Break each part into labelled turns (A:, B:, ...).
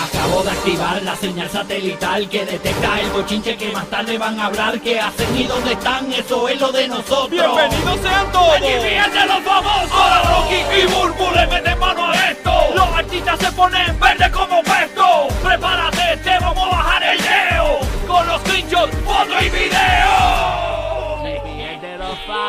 A: Acabo de activar la señal satelital que detecta el bochinche que más tarde van a hablar. ¿Qué hacen y dónde están? Eso es lo de nosotros.
B: ¡Bienvenidos sean todos!
A: ¡Aquí vienen los famosos!
B: Ahora Rocky y Burbu le meten mano a esto. Los artistas se ponen verde como puesto. Prepárate, te vamos a bajar el leo. Con los screenshots, foto y video.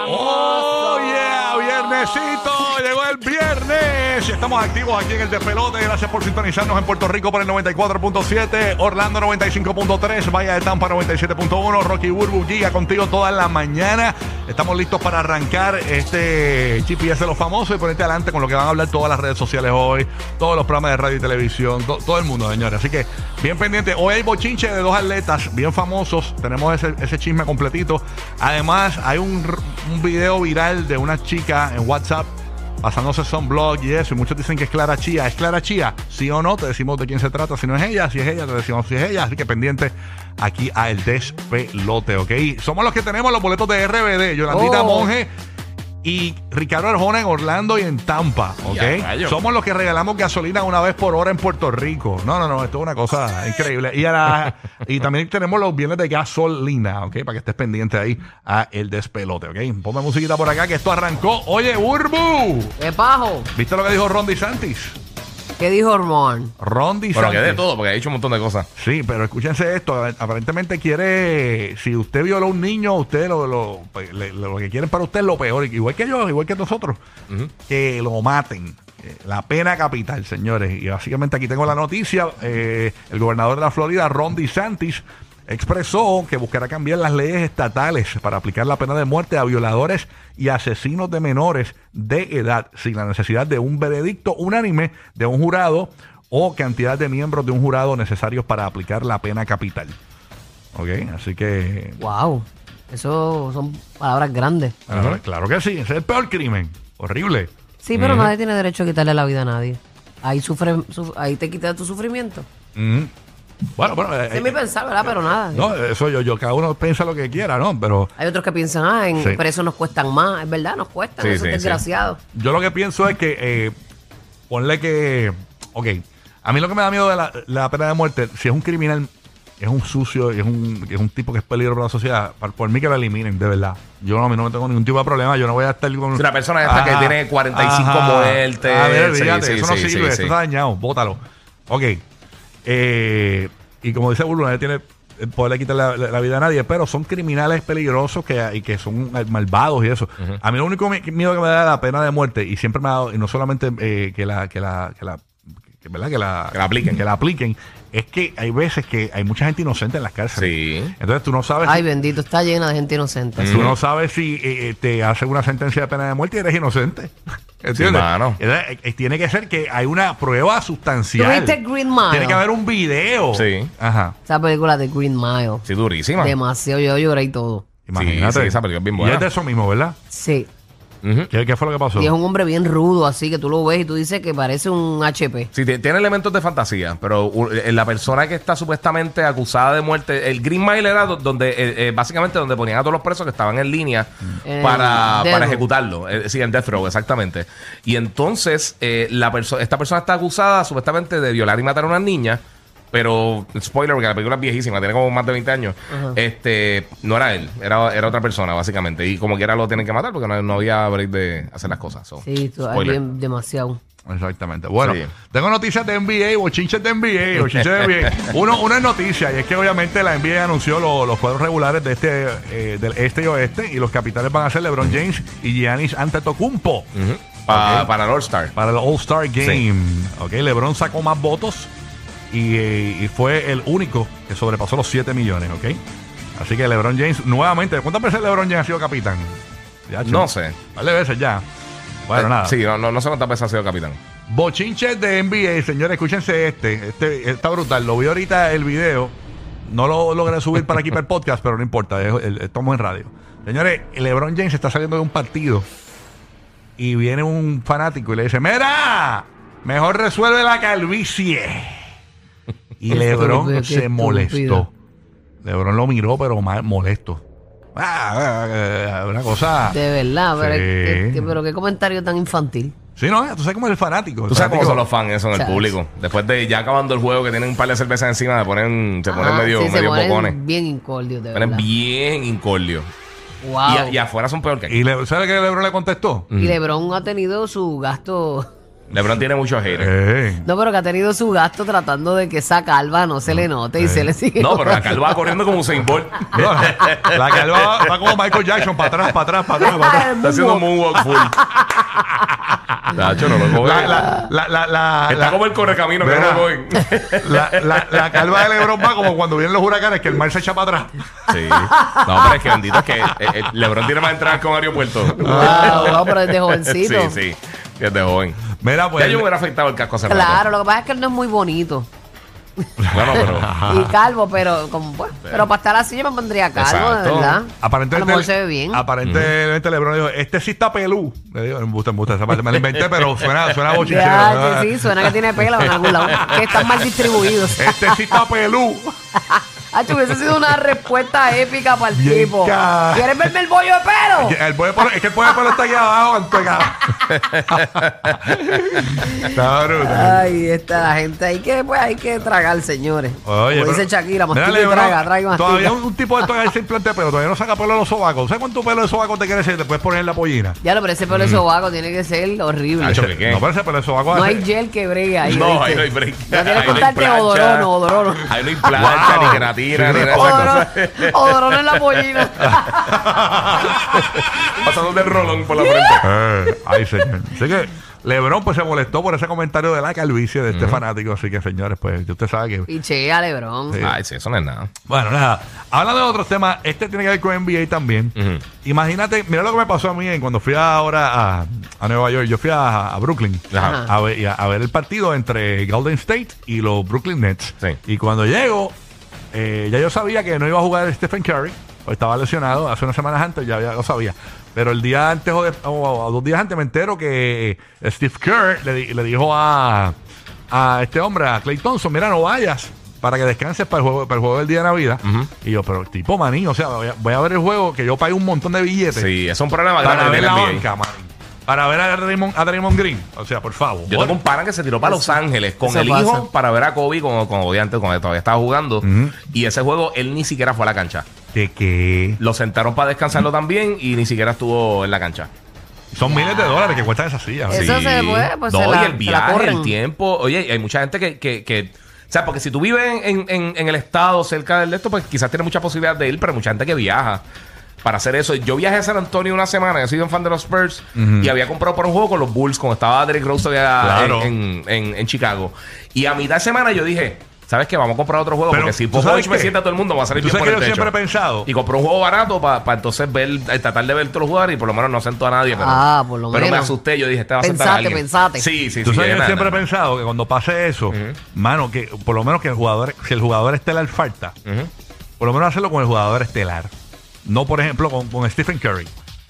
C: ¡Oh, yeah! ¡Viernesito! Llegó el viernes. Y Estamos activos aquí en el despelote. Gracias por sintonizarnos en Puerto Rico por el 94.7, Orlando 95.3, Vaya de Tampa 97.1, Rocky Burbu Giga contigo toda la mañana. Estamos listos para arrancar este GPS de los famosos y ponerte adelante con lo que van a hablar todas las redes sociales hoy, todos los programas de radio y televisión, to- todo el mundo, señores. Así que bien pendiente. Hoy hay bochinche de dos atletas bien famosos. Tenemos ese, ese chisme completito. Además, hay un, r- un video viral de una chica en WhatsApp pasándose son blog y eso, y muchos dicen que es Clara Chía. ¿Es Clara Chía? Sí o no, te decimos de quién se trata. Si no es ella, si es ella, te decimos si es ella. Así que pendiente aquí a El Despelote, ¿ok? Somos los que tenemos los boletos de RBD, Yolandita
A: Oh.
C: Monge y Ricardo Arjona en Orlando y en Tampa, ¿ok?
B: Ya, rayo.
C: Somos los que regalamos gasolina una vez por hora en Puerto Rico. No, no, no, esto es una cosa increíble. Y, a la- y también tenemos los bienes de gasolina, ¿ok? Para que estés pendiente ahí a El Despelote, ¿ok? Ponme musiquita por acá que esto arrancó. Oye, Urbu.
D: ¿Qué pajo?
C: ¿Viste lo que dijo Ron DeSantis?
D: ¿Qué dijo Hormón?
C: Ron DeSantis.
E: Bueno, que de todo, porque ha dicho un montón de cosas.
C: Sí, pero escúchense esto. Aparentemente quiere, si usted violó a un niño, usted lo, lo, pues, le- lo que quieren para usted es lo peor, igual que yo, igual que nosotros, que lo maten. Eh, La pena capital, señores. Y básicamente aquí tengo la noticia. eh, el gobernador de la Florida, Ron DeSantis, expresó que buscará cambiar las leyes estatales para aplicar la pena de muerte a violadores y asesinos de menores de edad sin la necesidad de un veredicto unánime de un jurado o cantidad de miembros de un jurado necesarios para aplicar la pena capital. ¿Ok? Así que...
D: Wow. Eso son palabras grandes.
C: Claro, claro que sí, ese es el peor crimen. Horrible.
D: Sí, pero nadie tiene derecho a quitarle la vida a nadie. Ahí sufre, suf- ahí te quita tu sufrimiento.
C: Mm. Bueno, bueno... eh,
D: Ese es mi pensar, ¿verdad? Pero nada.
C: no, eso yo, yo, cada uno piensa lo que quiera, ¿no? Pero...
D: Hay otros que piensan, ah, en
C: Sí.
D: presos nos cuestan más. Es verdad, nos cuestan,
E: Sí,
D: esos
E: sí, sí.
D: desgraciados.
C: Yo lo que pienso es que, eh, ponle que, ok, a mí lo que me da miedo de la, la pena de muerte, si es un criminal, es un sucio, y es un, es un tipo que es peligro para la sociedad, pa- por, mí que lo eliminen, de verdad. Yo no, a mí no me tengo ningún tipo de problema, yo no voy a estar con...
E: Si una persona esta que tiene 45 muertes,
C: A ver,
E: sí,
C: fíjate,
E: sí,
C: eso no
E: sí,
C: sirve,
E: sí,
C: eso
E: sí.
C: está dañado, bótalo. Ok, eh, y como dice Burbu, nadie tiene el poder de quitar la, la- la vida a nadie, pero son criminales peligrosos que, y que son malvados y eso. A mí lo único mi- miedo que me da es la pena de muerte, y siempre me ha dado, y no solamente eh, que la... Que la, que la que, ¿verdad? Que, la,
E: Que la apliquen.
C: que la apliquen es que hay veces que hay mucha gente inocente en las cárceles
E: Sí.
C: entonces tú no
E: Pues
C: sabes
D: Ay, bendito, está llena de gente inocente.
E: Mm.
C: Tú no sabes si eh, eh, te hacen una sentencia de pena de muerte y eres inocente. ¿Entiendes?
E: mano.
C: Era- eh, eh, tiene que ser que hay una prueba
D: ¿Tú
C: sustancial.
D: viste Green Mile?
C: Tiene que haber un video.
E: Sí.
C: Ajá.
D: Esa película de Green Mile.
E: Sí, durísima.
D: Demasiado, yo lloré y todo.
C: Imagínate.
E: sí, esa película es bien
C: Y
E: buena.
C: es de eso mismo, ¿verdad?
D: Sí.
E: Ujú.
C: ¿Qué, qué fue lo que pasó?
D: Y es un hombre bien rudo, así que tú lo ves y tú dices que parece un HP.
E: Sí, ti- tiene elementos de fantasía, pero u- eh, la persona que está supuestamente acusada de muerte, el Green Mile era do- donde, eh, eh, básicamente donde ponían a todos los presos que estaban en línea
D: Mm. En
E: para,
D: Death
E: para
D: Row.
E: ejecutarlo. Eh, sí, en Death Row, exactamente. Y entonces, eh, la perso- esta persona está acusada supuestamente de violar y matar a una niña, pero, spoiler, porque la película es viejísima, tiene como más de 20 años. Este, no era él, era, era otra persona, básicamente. Y como quiera lo tienen que matar porque no, no había break de hacer las cosas. So,
D: Sí, tú- ay,
E: spoiler.
D: bien, demasiado.
C: Exactamente. Bueno,
E: Sí.
C: tengo noticias de NBA, bochinches de NBA, bochinches de NBA. Uno, una es noticia, y es que obviamente la NBA anunció lo- los cuadros regulares de este, eh, del este y oeste, y los capitales van a ser LeBron James y Giannis Antetokounmpo.
E: Ujú. Pa-
C: Ok.
E: Para el All-Star.
C: para el All-Star Game. Ok, LeBron sacó más votos y, eh, y fue el único que sobrepasó los 7 millones, ok. Así que LeBron James, nuevamente, ¿cuántas veces LeBron James ha sido capitán? Ya, chico.
E: No sé.
C: Vale veces ya. Bueno,
E: Eh,
C: nada.
E: Sí, no, no, no sé cuántas veces ha sido capitán.
C: Bochinches de NBA, señores, escúchense este. Este está brutal. Lo vi ahorita el video. No lo logré subir para aquí para el podcast, pero no importa. es- el- Estamos en radio. Señores, LeBron James está saliendo de un partido y viene un fanático y le dice: Mira, mejor resuelve la calvicie. Y LeBron
D: Qué
C: se
D: estúpido.
C: molestó. LeBron lo miró, pero mal, molesto. Ah, ah, ah, una cosa.
D: De verdad, pero,
E: Ah,
C: Sí.
D: es- es que- pero qué comentario tan infantil.
C: Sí, no, tú sabes cómo es el fanático. el
E: Tú sabes cómo
C: fanático-
E: son los fans, eso en el
D: Chas.
E: público. Después de ya acabando el juego, que tienen un par de cervezas encima, se ponen, se ponen
D: Ah,
E: medio,
D: sí, se
E: medio
D: ponen
E: bocones.
D: Bien incordios, de
E: Se ponen
D: verdad.
E: bien incordios.
D: Wow.
E: Y, a- y afuera son peor que aquí.
C: ¿Y le, sabe que Lebron le contestó?
D: Y LeBron ha tenido su gasto.
E: LeBron tiene muchos haters.
C: Eh,
D: No, pero que ha tenido su gasto tratando de que esa calva no se le note y se le sigue.
E: No, pero acá lo va corriendo como Usain Bolt.
C: no, la que va, va como Michael Jackson, para atrás, para atrás, para atrás, para atrás.
E: Está haciendo moonwalk full. Nacho, no lo coge.
C: La, la, la, la, la,
E: Está
C: la-
E: como el correcamino que
C: Verá.
E: no lo cogen.
C: la, la- la calva de Lebron va como cuando vienen los huracanes, que el mar se echa para atrás.
E: Sí. No, pero es que bendito es que eh, eh, LeBron tiene más entradas con aeropuerto.
D: Wow, wow, pero desde Ah. jovencito.
E: Sí, sí. Desde joven.
C: Mira, pues.
E: Ya yo me hubiera afectado el casco hace rato.
D: Claro, lo que pasa es que él no es muy bonito.
E: Bueno, pero.
D: Y calvo, pero como bueno, pero para estar así yo me pondría calvo, de
E: Exacto.
D: ¿verdad? a lo
C: Aparentemente,
D: mejor se ve bien.
C: aparentemente LeBron dijo, este sí está pelú. Le digo, me gusta, me gusta esa parte, me la inventé, pero suena, suena bochinchero.
D: Ya,
C: ¿verdad?
D: pues, sí, sí, suena que tiene pelo en algún lado. Que están mal distribuidos.
C: Este sí está pelú.
D: Ah, hubiese sido una respuesta épica para el
C: Bien
D: tipo.
C: ca-
D: ¿Quieres verme el bollo de pelo?
C: Y el pollo de pelo- es que el pollo de pelo está aquí abajo, Antonio. Está brutal.
D: Ay, está la gente ahí que pues hay que tragar, señores. Como dice
C: pero-
D: Shakira, pues,
C: Mira,
D: mastica y
C: Lebron,
D: traga, traga y mastica.
C: Todavía un, un tipo de esto que se implante de pelo, todavía no saca pelo de los sobacos. ¿Sabes cuánto pelo de sobaco te quieres decir? Te puedes poner en la pollina.
D: Ya lo pero ese pelo de sobaco tiene que ser horrible.
E: Mm. Nacho, ¿qué, qué?
C: No, pero ese pelo de sobaco
D: No
C: hace-
D: hay gel que bregue ahí.
E: No,
D: ¿oíste?
E: ahí no hay break.
D: No tienes
E: Ahí
D: que
E: no hay
D: usarte
E: plancha.
D: odorono, odorono.
E: Ahí no hay plancha,
C: Wow.
E: ni creatina, ni nada de esas
D: Odorono,
E: cosas.
D: odorono en la pollina.
E: Pasando del rolón por la frente.
C: Eh, ay, señor. Así que Lebron pues se molestó por ese comentario de la calvicie de este fanático. Así que, señores, pues usted sabe que.
D: Y che, a Lebron.
C: Sí.
E: Ay, sí, eso no es nada.
C: Bueno, nada. Hablando de otros temas, este tiene que ver con NBA también.
E: Ujú.
C: Imagínate, mira lo que me pasó a mí en- cuando fui ahora a, a Nueva York. Yo fui a, a Brooklyn
E: Ajá.
C: a ver, y a- a ver el partido entre Golden State y los Brooklyn Nets.
E: Sí.
C: Y cuando llego, eh, ya yo sabía que no iba a jugar Stephen Curry, porque estaba lesionado hace unas semanas antes, ya, ya lo sabía. Pero el día antes o, de- o- o dos días antes me entero que Steve Kerr le, di- le dijo a, a este hombre, a Clay Thompson, mira, no vayas para que descanses para el juego, para el juego del día de Navidad. Y yo, pero tipo maní, o sea, voy a, voy a ver el juego que yo pagué un montón de billetes
E: Sí, es un problema
C: para
E: grande que
C: ver
E: tiene
C: la
E: el
C: banca, maní. Para ver a Draymond, a Draymond Green. O sea, por favor.
E: Yo tengo un pana que se tiró para Los Ángeles con
D: eso
E: el
D: pasa.
E: hijo para ver a Kobe con, con Kobe antes, cuando todavía estaba jugando. Y ese juego él ni siquiera fue a la cancha.
C: ¿De qué?
E: Lo sentaron para descansarlo también y ni siquiera estuvo en la cancha.
C: Son miles de dólares que cuestan esas sillas.
D: Eso se puede, pues, se
E: No,
D: la-
E: y
D: se
E: el
D: la
E: viaje,
D: corren.
E: el tiempo. Oye, hay mucha gente que. que, que- o sea, porque si tú vives en, en- en el estado cerca del de esto, pues quizás tienes muchas posibilidades de ir, pero hay mucha gente que viaja para hacer eso. Yo viajé a San Antonio una semana, yo soy un fan de los Spurs y había comprado para un juego con los Bulls cuando estaba Derrick Rose todavía
C: Claro.
E: en, en- en- en Chicago. Y a mitad de semana yo dije. ¿Sabes qué? Vamos a comprar otro juego.
C: Pero,
E: porque si
C: ¿tú sabes
E: Popovich me
C: qué?
E: sienta a todo el mundo, va a salir
C: ¿Tú
E: bien
C: sabes
E: por
C: que
E: el
C: yo
E: techo.
C: siempre he pensado?
E: Y compré un juego barato para entonces ver, eh, tratar de ver todos los jugadores y por lo menos no sentó a nadie. Pero,
D: Ah, por lo
E: pero me
D: menos.
E: asusté. Yo dije, este va a sentar a
D: Pensate,
E: alguien.
D: pensate.
E: Sí, sí,
C: Tú
E: sí.
C: sabes,
E: eh,
C: yo
E: na,
C: siempre
E: na,
C: he
E: na.
C: pensado que cuando pase eso, mano, que por lo menos que el jugador, si el jugador estelar falta, por lo menos hacerlo con el jugador estelar. No, por ejemplo, con, con Stephen Curry.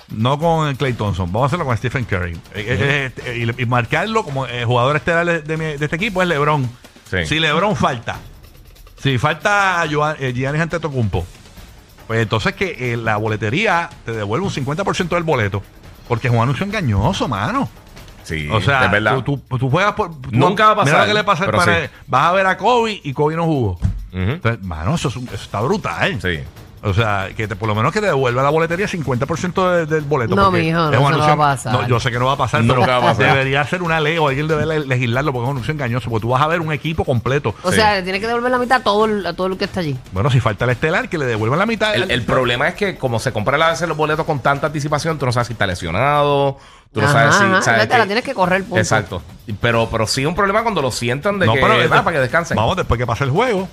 C: No con Clay Thompson. Vamos a hacerlo con Stephen Curry. Eh, eh, eh, y, y marcarlo como el jugador estelar de, de mi- de este equipo es LeBron.
E: Sí.
C: Si LeBron falta, si falta Joan- eh, Giannis Antetokounmpo, pues entonces que eh, la boletería te devuelve un 50% del boleto. Porque es un anuncio engañoso, mano.
E: Sí,
C: O sea,
E: es verdad.
C: Tú, tú- tú juegas por. tú-
E: Nunca va a pasar,
C: Mira lo que le pasa al
E: pero
C: pana-
E: sí.
C: Vas a ver a Kobe y Kobe no jugó.
E: Ujú.
C: Entonces, mano, eso, es un- eso está brutal.
E: Sí.
C: O sea, que te- por lo menos que te devuelva la boletería 50% de- del boleto.
D: No,
C: porque
D: mijo, no,
C: es un
D: eso no
C: anuncio-
D: va a pasar.
C: yo sé que no va a pasar,
E: Nunca
C: pero
E: va a pasar.
C: debería ser una ley o alguien debe le- legislarlo porque es un anuncio engañoso. Porque tú vas a ver un equipo completo.
D: O
E: Sí.
D: sea, le tiene que devolver la mitad a todo, el- a todo lo que está allí.
C: Bueno, si falta el estelar, que le devuelvan la mitad.
E: El, el problema es que como se compran a veces los boletos con tanta anticipación, tú no sabes si está lesionado, tú no
D: Ajá,
E: sabes si...
D: ajá,
E: sabes
D: vete, la tienes que correr, punto.
E: Exacto. Pero, pero sí es un problema cuando lo sientan de
C: No,
E: que...
C: pero-
E: ah, para que descansen.
C: Vamos, después que pase el juego.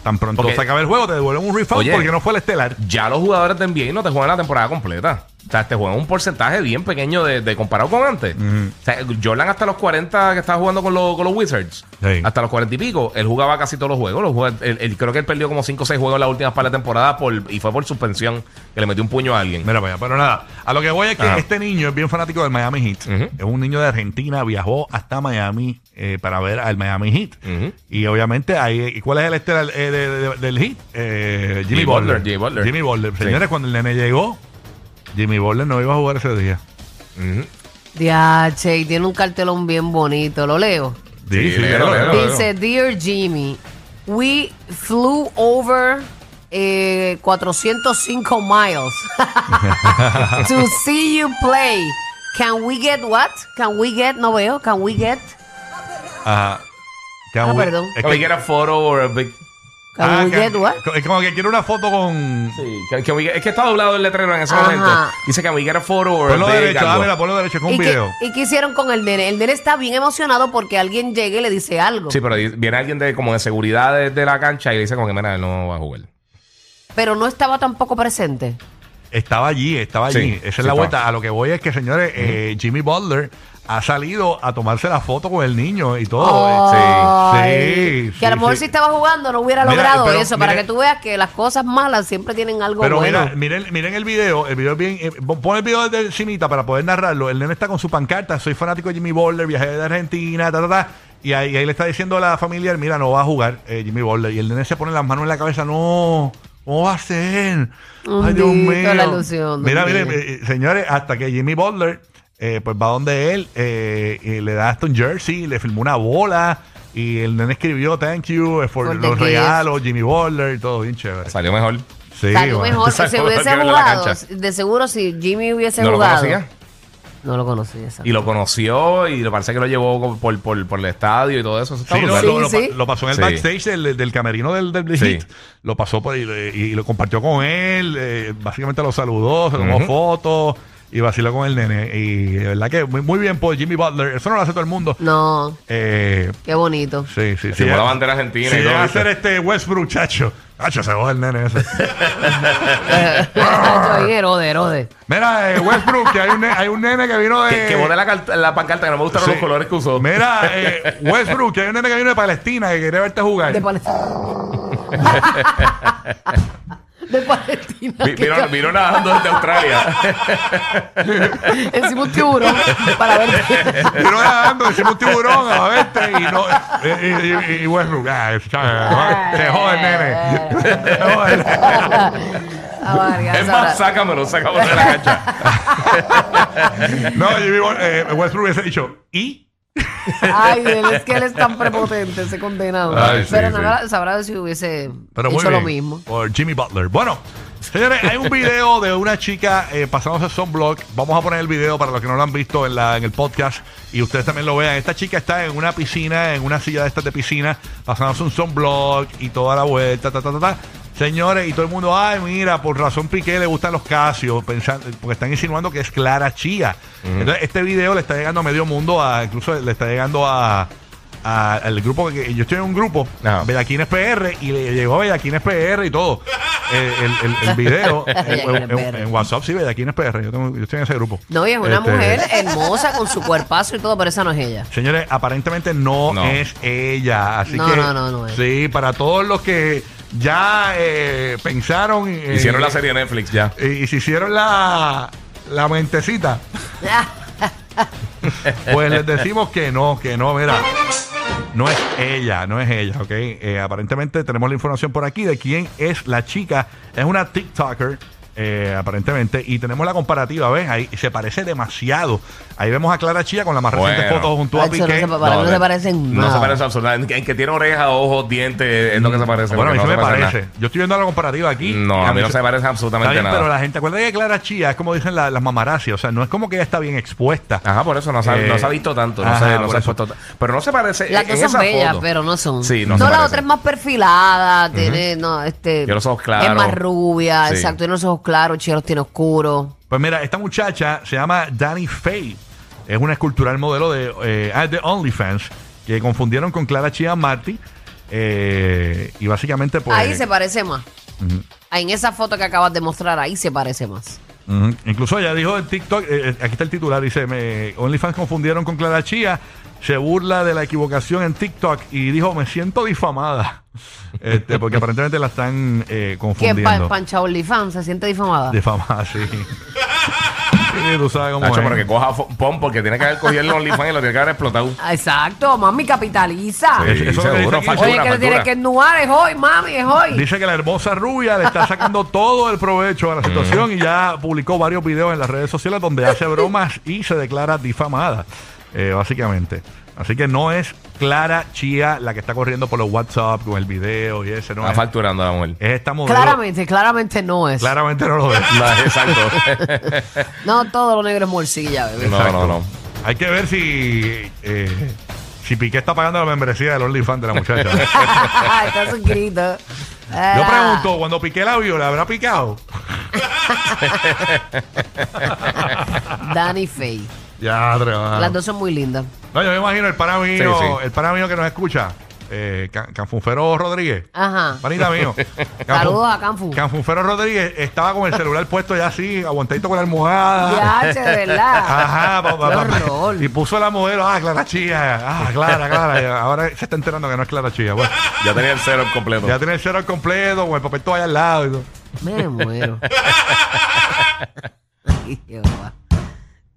C: Tan pronto
E: Porque-
C: se acabe el juego, te devuelven un refund
E: Oye.
C: porque no fue el estelar.
E: Ya los jugadores de NBA no te juegan la temporada completa. O sea, te juegan un porcentaje bien pequeño de, de comparado con antes. O sea, Jordan hasta los 40 que estaba jugando con, los- con los Wizards,
C: Sí.
E: hasta los 40 y pico, él jugaba casi todos los juegos. Los jugaba- él- él- creo que él perdió como 5 o 6 juegos en las últimas par de temporadas por, y fue por suspensión que le metió un puño a alguien.
C: Mira, vaya, pero nada. A lo que voy es que
E: Ajá.
C: este niño es bien fanático del Miami Heat.
E: Ah. Ujú.
C: Es un niño de Argentina, viajó hasta Miami eh, para ver al Miami Heat.
E: Ujú.
C: Y obviamente ahí, ¿y ¿cuál es el estelar eh, de- de- del Heat? Eh, Jimmy
E: Jimmy
C: Butler.
E: Butler, Jimmy Butler.
C: Jimmy Butler.
E: Sí.
C: Señores, cuando el nene llegó, Jimmy Butler no iba a jugar ese día.
E: Ujú.
D: Diache, y tiene un cartelón bien bonito, lo leo.
C: Sí, sí,
E: léelo,
C: léelo, léelo.
E: léelo.
D: Dice, Dear Jimmy, we flew over eh, 405 miles to see you play. Can we get what? Can we get, no veo, can we get,
C: Ajá. Can
D: Ah,
C: we-
D: perdón.
C: Es
E: Can we
C: que,
E: get a photo or a big-
D: can
C: ah,
D: we
C: que-
D: get what?
C: Es como que quiero una foto con.
E: Sí, can- can we get- es que está doblado el letrero en ese
D: Ajá.
E: momento. Dice que we get a photo or a
C: Ponlo
E: big
C: derecho,
E: algo.
C: dale la ponlo derecho con un
D: ¿Y qué,
C: video.
D: ¿Y qué hicieron con el nene? El nene está bien emocionado porque alguien llega y le dice algo.
E: Sí, pero di- viene alguien de como de seguridad de, de la cancha y le dice como que mira, él no va a jugar.
D: Pero no estaba tampoco presente.
C: Estaba allí, estaba allí.
E: Sí,
C: Esa es
E: sí
C: la
E: estaba.
C: vuelta. A lo que voy es que, señores, eh, Jimmy Butler ha salido a tomarse la foto con el niño y todo. eh.
D: Ay,
C: sí,
D: que a lo
C: sí,
D: mejor
C: sí.
D: si estaba jugando no hubiera
C: Mira,
D: logrado
C: pero
D: eso.
C: mira-
D: para que tú veas que las cosas malas siempre tienen algo
C: Pero
D: bueno.
C: mira, miren, miren el video, el video es bien, eh, pon el video de Cimita para poder narrarlo. El nene está con su pancarta, soy fanático de Jimmy Butler, viajé de Argentina, ta, ta, ta. Y ahí, ahí le está diciendo a la familia, mira, no va a jugar eh, Jimmy Butler. Y el nene se pone las manos en la cabeza, no, ¿cómo va a ser? Ay, Dios
D: Hundito
C: mío.
D: la ilusión,
C: mira,
D: don
C: miren,
D: Miguel.
C: eh, eh, señores, hasta que Jimmy Butler eh, pues va donde él eh, y le da hasta un jersey, le filmó una bola y el nene escribió thank you eh, for,
D: For the
C: los
D: gift.
C: regalos, Jimmy Butler y todo bien chévere.
E: Salió mejor.
C: Sí,
D: Salió
C: bueno.
D: mejor. Si
E: Salió
D: se
E: mejor
D: hubiese
E: que verlo en la
D: jugado,
E: cancha.
D: de seguro si Jimmy hubiese
E: No lo
D: jugado.
E: conocía.
D: No lo conocía. exacto.
E: Y lo conoció y lo parece que lo llevó como por, por, por el estadio y todo eso. Eso está
C: Sí, lo,
E: brutal.
C: lo- lo-
D: sí.
C: lo pasó en el
E: Sí.
C: backstage del, del camerino del, del
E: Sí.
C: Heat. Lo pasó por, y, y lo compartió con él. eh, básicamente lo saludó, se tomó
E: Ujú.
C: fotos y vaciló con el nene. Y de verdad que muy, muy bien por Jimmy Butler. Eso no lo hace todo el mundo.
D: No,
C: Eh,
D: qué bonito.
C: sí, sí, sí.
E: Firmó la bandera argentina
C: Sí,
E: y todo,
C: va a
E: ¿viste?
C: ser este Westbrook, chacho. Chacho, se va el nene ese.
D: Yo ahí, Herode, Herode.
C: Mira, eh, Westbrook, que hay un, ne- hay un nene que vino de...
E: Que, que boté la, carta- la pancarta que no me gustaron
C: Sí.
E: los colores que usó.
C: Mira, eh, Westbrook, que hay un nene que vino de Palestina que quería verte jugar.
D: De Palestina. de Palestina.
E: Vi-
D: que
E: Vieron, vieron nadando desde Australia.
D: Encima un tiburón para ver qué-
C: Yo no dando, decimos un tiburón a verte y no. Y, y, y, y Westbrook, ah, es- se jode, nene. Se jode.
D: Ah, Vargas,
E: es
D: ahora.
E: más, sácamelo, sácamelo de la cancha.
C: No, Jimmy Bol- eh, Westbrook hubiese dicho, ¿y?
D: Ay, él es que él es tan prepotente, ese condenado.
C: Ay, sí,
D: Pero
C: sí.
D: nada, sabrá si hubiese hecho lo mismo.
C: Por Jimmy Butler. Bueno, señores, hay un video de una chica eh, pasándose sunblock. Vamos a poner el video para los que no lo han visto en, la, en el podcast y ustedes también lo vean. Esta chica está en una piscina, en una silla de estas de piscina, pasándose un sunblock y toda la vuelta, ta, ta, ta, ta. Señores, y todo el mundo, ay, mira, por razón Piqué le gustan los casios, pensando, porque están insinuando que es Clara Chía. Entonces, este video le está llegando a medio mundo, a, incluso le está llegando a, a- al grupo, que yo estoy en un grupo,
E: Ajá.
C: Bellaquines PR, y le llegó a Bellaquines PR y todo. Eh, el, el- el video en, en- en WhatsApp, sí, Bellaquines PR, yo, tengo- yo estoy en ese grupo.
D: No, y es una
C: Este,
D: mujer hermosa con su cuerpazo y todo, pero esa no es ella.
C: Señores, aparentemente no,
E: No.
C: es ella. Así
D: No,
C: que.
D: no, no, no es.
C: Sí, para todos los que ya eh, pensaron. eh,
E: Hicieron la serie de Netflix ya.
C: Y, y se hicieron la, la mentecita. Pues les decimos que no, que no, mira. No es ella, no es ella, ¿ok? Eh, aparentemente tenemos la información por aquí de quién es la chica. Es una TikToker, eh, aparentemente. Y tenemos la comparativa, ¿ves? Ahí se parece demasiado. Ahí vemos a Clara Chía con la más reciente
E: Bueno.
C: foto junto a
D: Ay, eso no
C: Piqué.
D: se pa- Para mí no se parecen
E: No
D: nada.
E: se parecen absolutamente. En que tiene orejas, ojos, dientes, es lo que se parece.
C: Ah, Bueno, a mí
E: porque
C: se me
E: no se
C: parece. Yo estoy viendo la comparativa aquí.
E: No, a mí no se me parece absolutamente
C: Está bien,
E: nada.
C: Pero la gente, acuérdate que Clara Chía es como dicen la- las mamarazzi, o sea, no es como que ella está bien expuesta.
E: Ajá, por eso no se, ha-
C: Eh,
E: no se ha visto tanto. No,
C: ajá,
E: se, no
C: por
E: se ha
C: eso.
E: puesto ta- Pero no se parece.
D: Las
E: Eh, en
D: dos
E: esa
D: son bellas,
E: foto.
D: pero no son.
E: Sí, no,
D: la
E: se parecen.
D: otra es más perfilada, tiene, no, este.
E: Tiene los ojos claros.
D: Es más rubia,
E: Sí.
D: exacto, tiene los ojos claros, Chía los tiene oscuros.
C: Pues mira, esta muchacha se llama Danny Faye. Es una escultural modelo de, eh, ah, de OnlyFans que confundieron con Clara Chía Marty. eh, y básicamente, pues.
D: ahí se parece más. Ahí En esa foto que acabas de mostrar, ahí se parece más.
C: Ujú. Incluso ella dijo en TikTok, eh, eh, aquí está el titular, dice, me, OnlyFans confundieron con Clara Chía, se burla de la equivocación en TikTok y dijo, me siento difamada, Este, porque aparentemente la están eh,
D: Que
C: confundiendo.
D: Pancha OnlyFans se siente difamada.
C: Difamada, sí. Sí, tú sabes cómo
E: Nacho,
C: es.
E: pero que coja fo- pon porque tiene que haber cogido el OnlyFans y lo tiene que haber explotado.
D: Ah, Exacto, mami, capitaliza.
C: eso
E: Sí,
C: es lo que
E: seguro,
C: dice aquí.
D: Oye,
E: factura,
D: que le tienes
E: factura.
D: que ennuar, es hoy, mami, es hoy.
C: Dice que la hermosa rubia le está sacando todo el provecho a la situación y ya publicó varios videos en las redes sociales donde hace bromas y se declara difamada, eh, básicamente. Así que no es Clara Chía la que está corriendo por los WhatsApp con el video y ese, no
E: Está
C: es.
E: facturando la mujer.
C: Es esta modelo.
D: Claramente, claramente no es.
C: Claramente no lo es.
E: No, exacto.
D: No, todo lo negro es morcilla, bebé.
E: No,
C: Exacto.
E: no, no.
C: Hay que ver si eh, si Piqué está pagando la membresía del OnlyFans de la muchacha.
D: Está suscrito.
C: Yo
D: Ah.
C: pregunto, cuando Piqué la vio, ¿la habrá picado?
D: Ah, Danny Faye.
C: Ya, trabajo.
D: Las dos son muy lindas.
C: No, yo me imagino el pana mío,
E: Sí, sí.
C: el pana mío que nos escucha, eh, Can- Canfunfero Rodríguez.
D: Ajá.
C: Panita mío.
D: Ah. Saludos a Canfu.
C: Canfunfero Rodríguez estaba con el celular puesto ya así, aguantadito con la almohada.
D: Ya, che, de verdad.
C: Ah. Ajá, pa- pa-
D: Qué
C: pa-
D: horror.
C: Y puso la modelo, ah, Clara Chía, ah, Clara, Clara. Y ahora se está enterando que no es Clara Chía. Bueno,
E: Ya tenía el cero completo.
C: ya tiene el cero al completo, con el papel todo allá al lado. y todo.
D: Me muero. Ay, Jehová.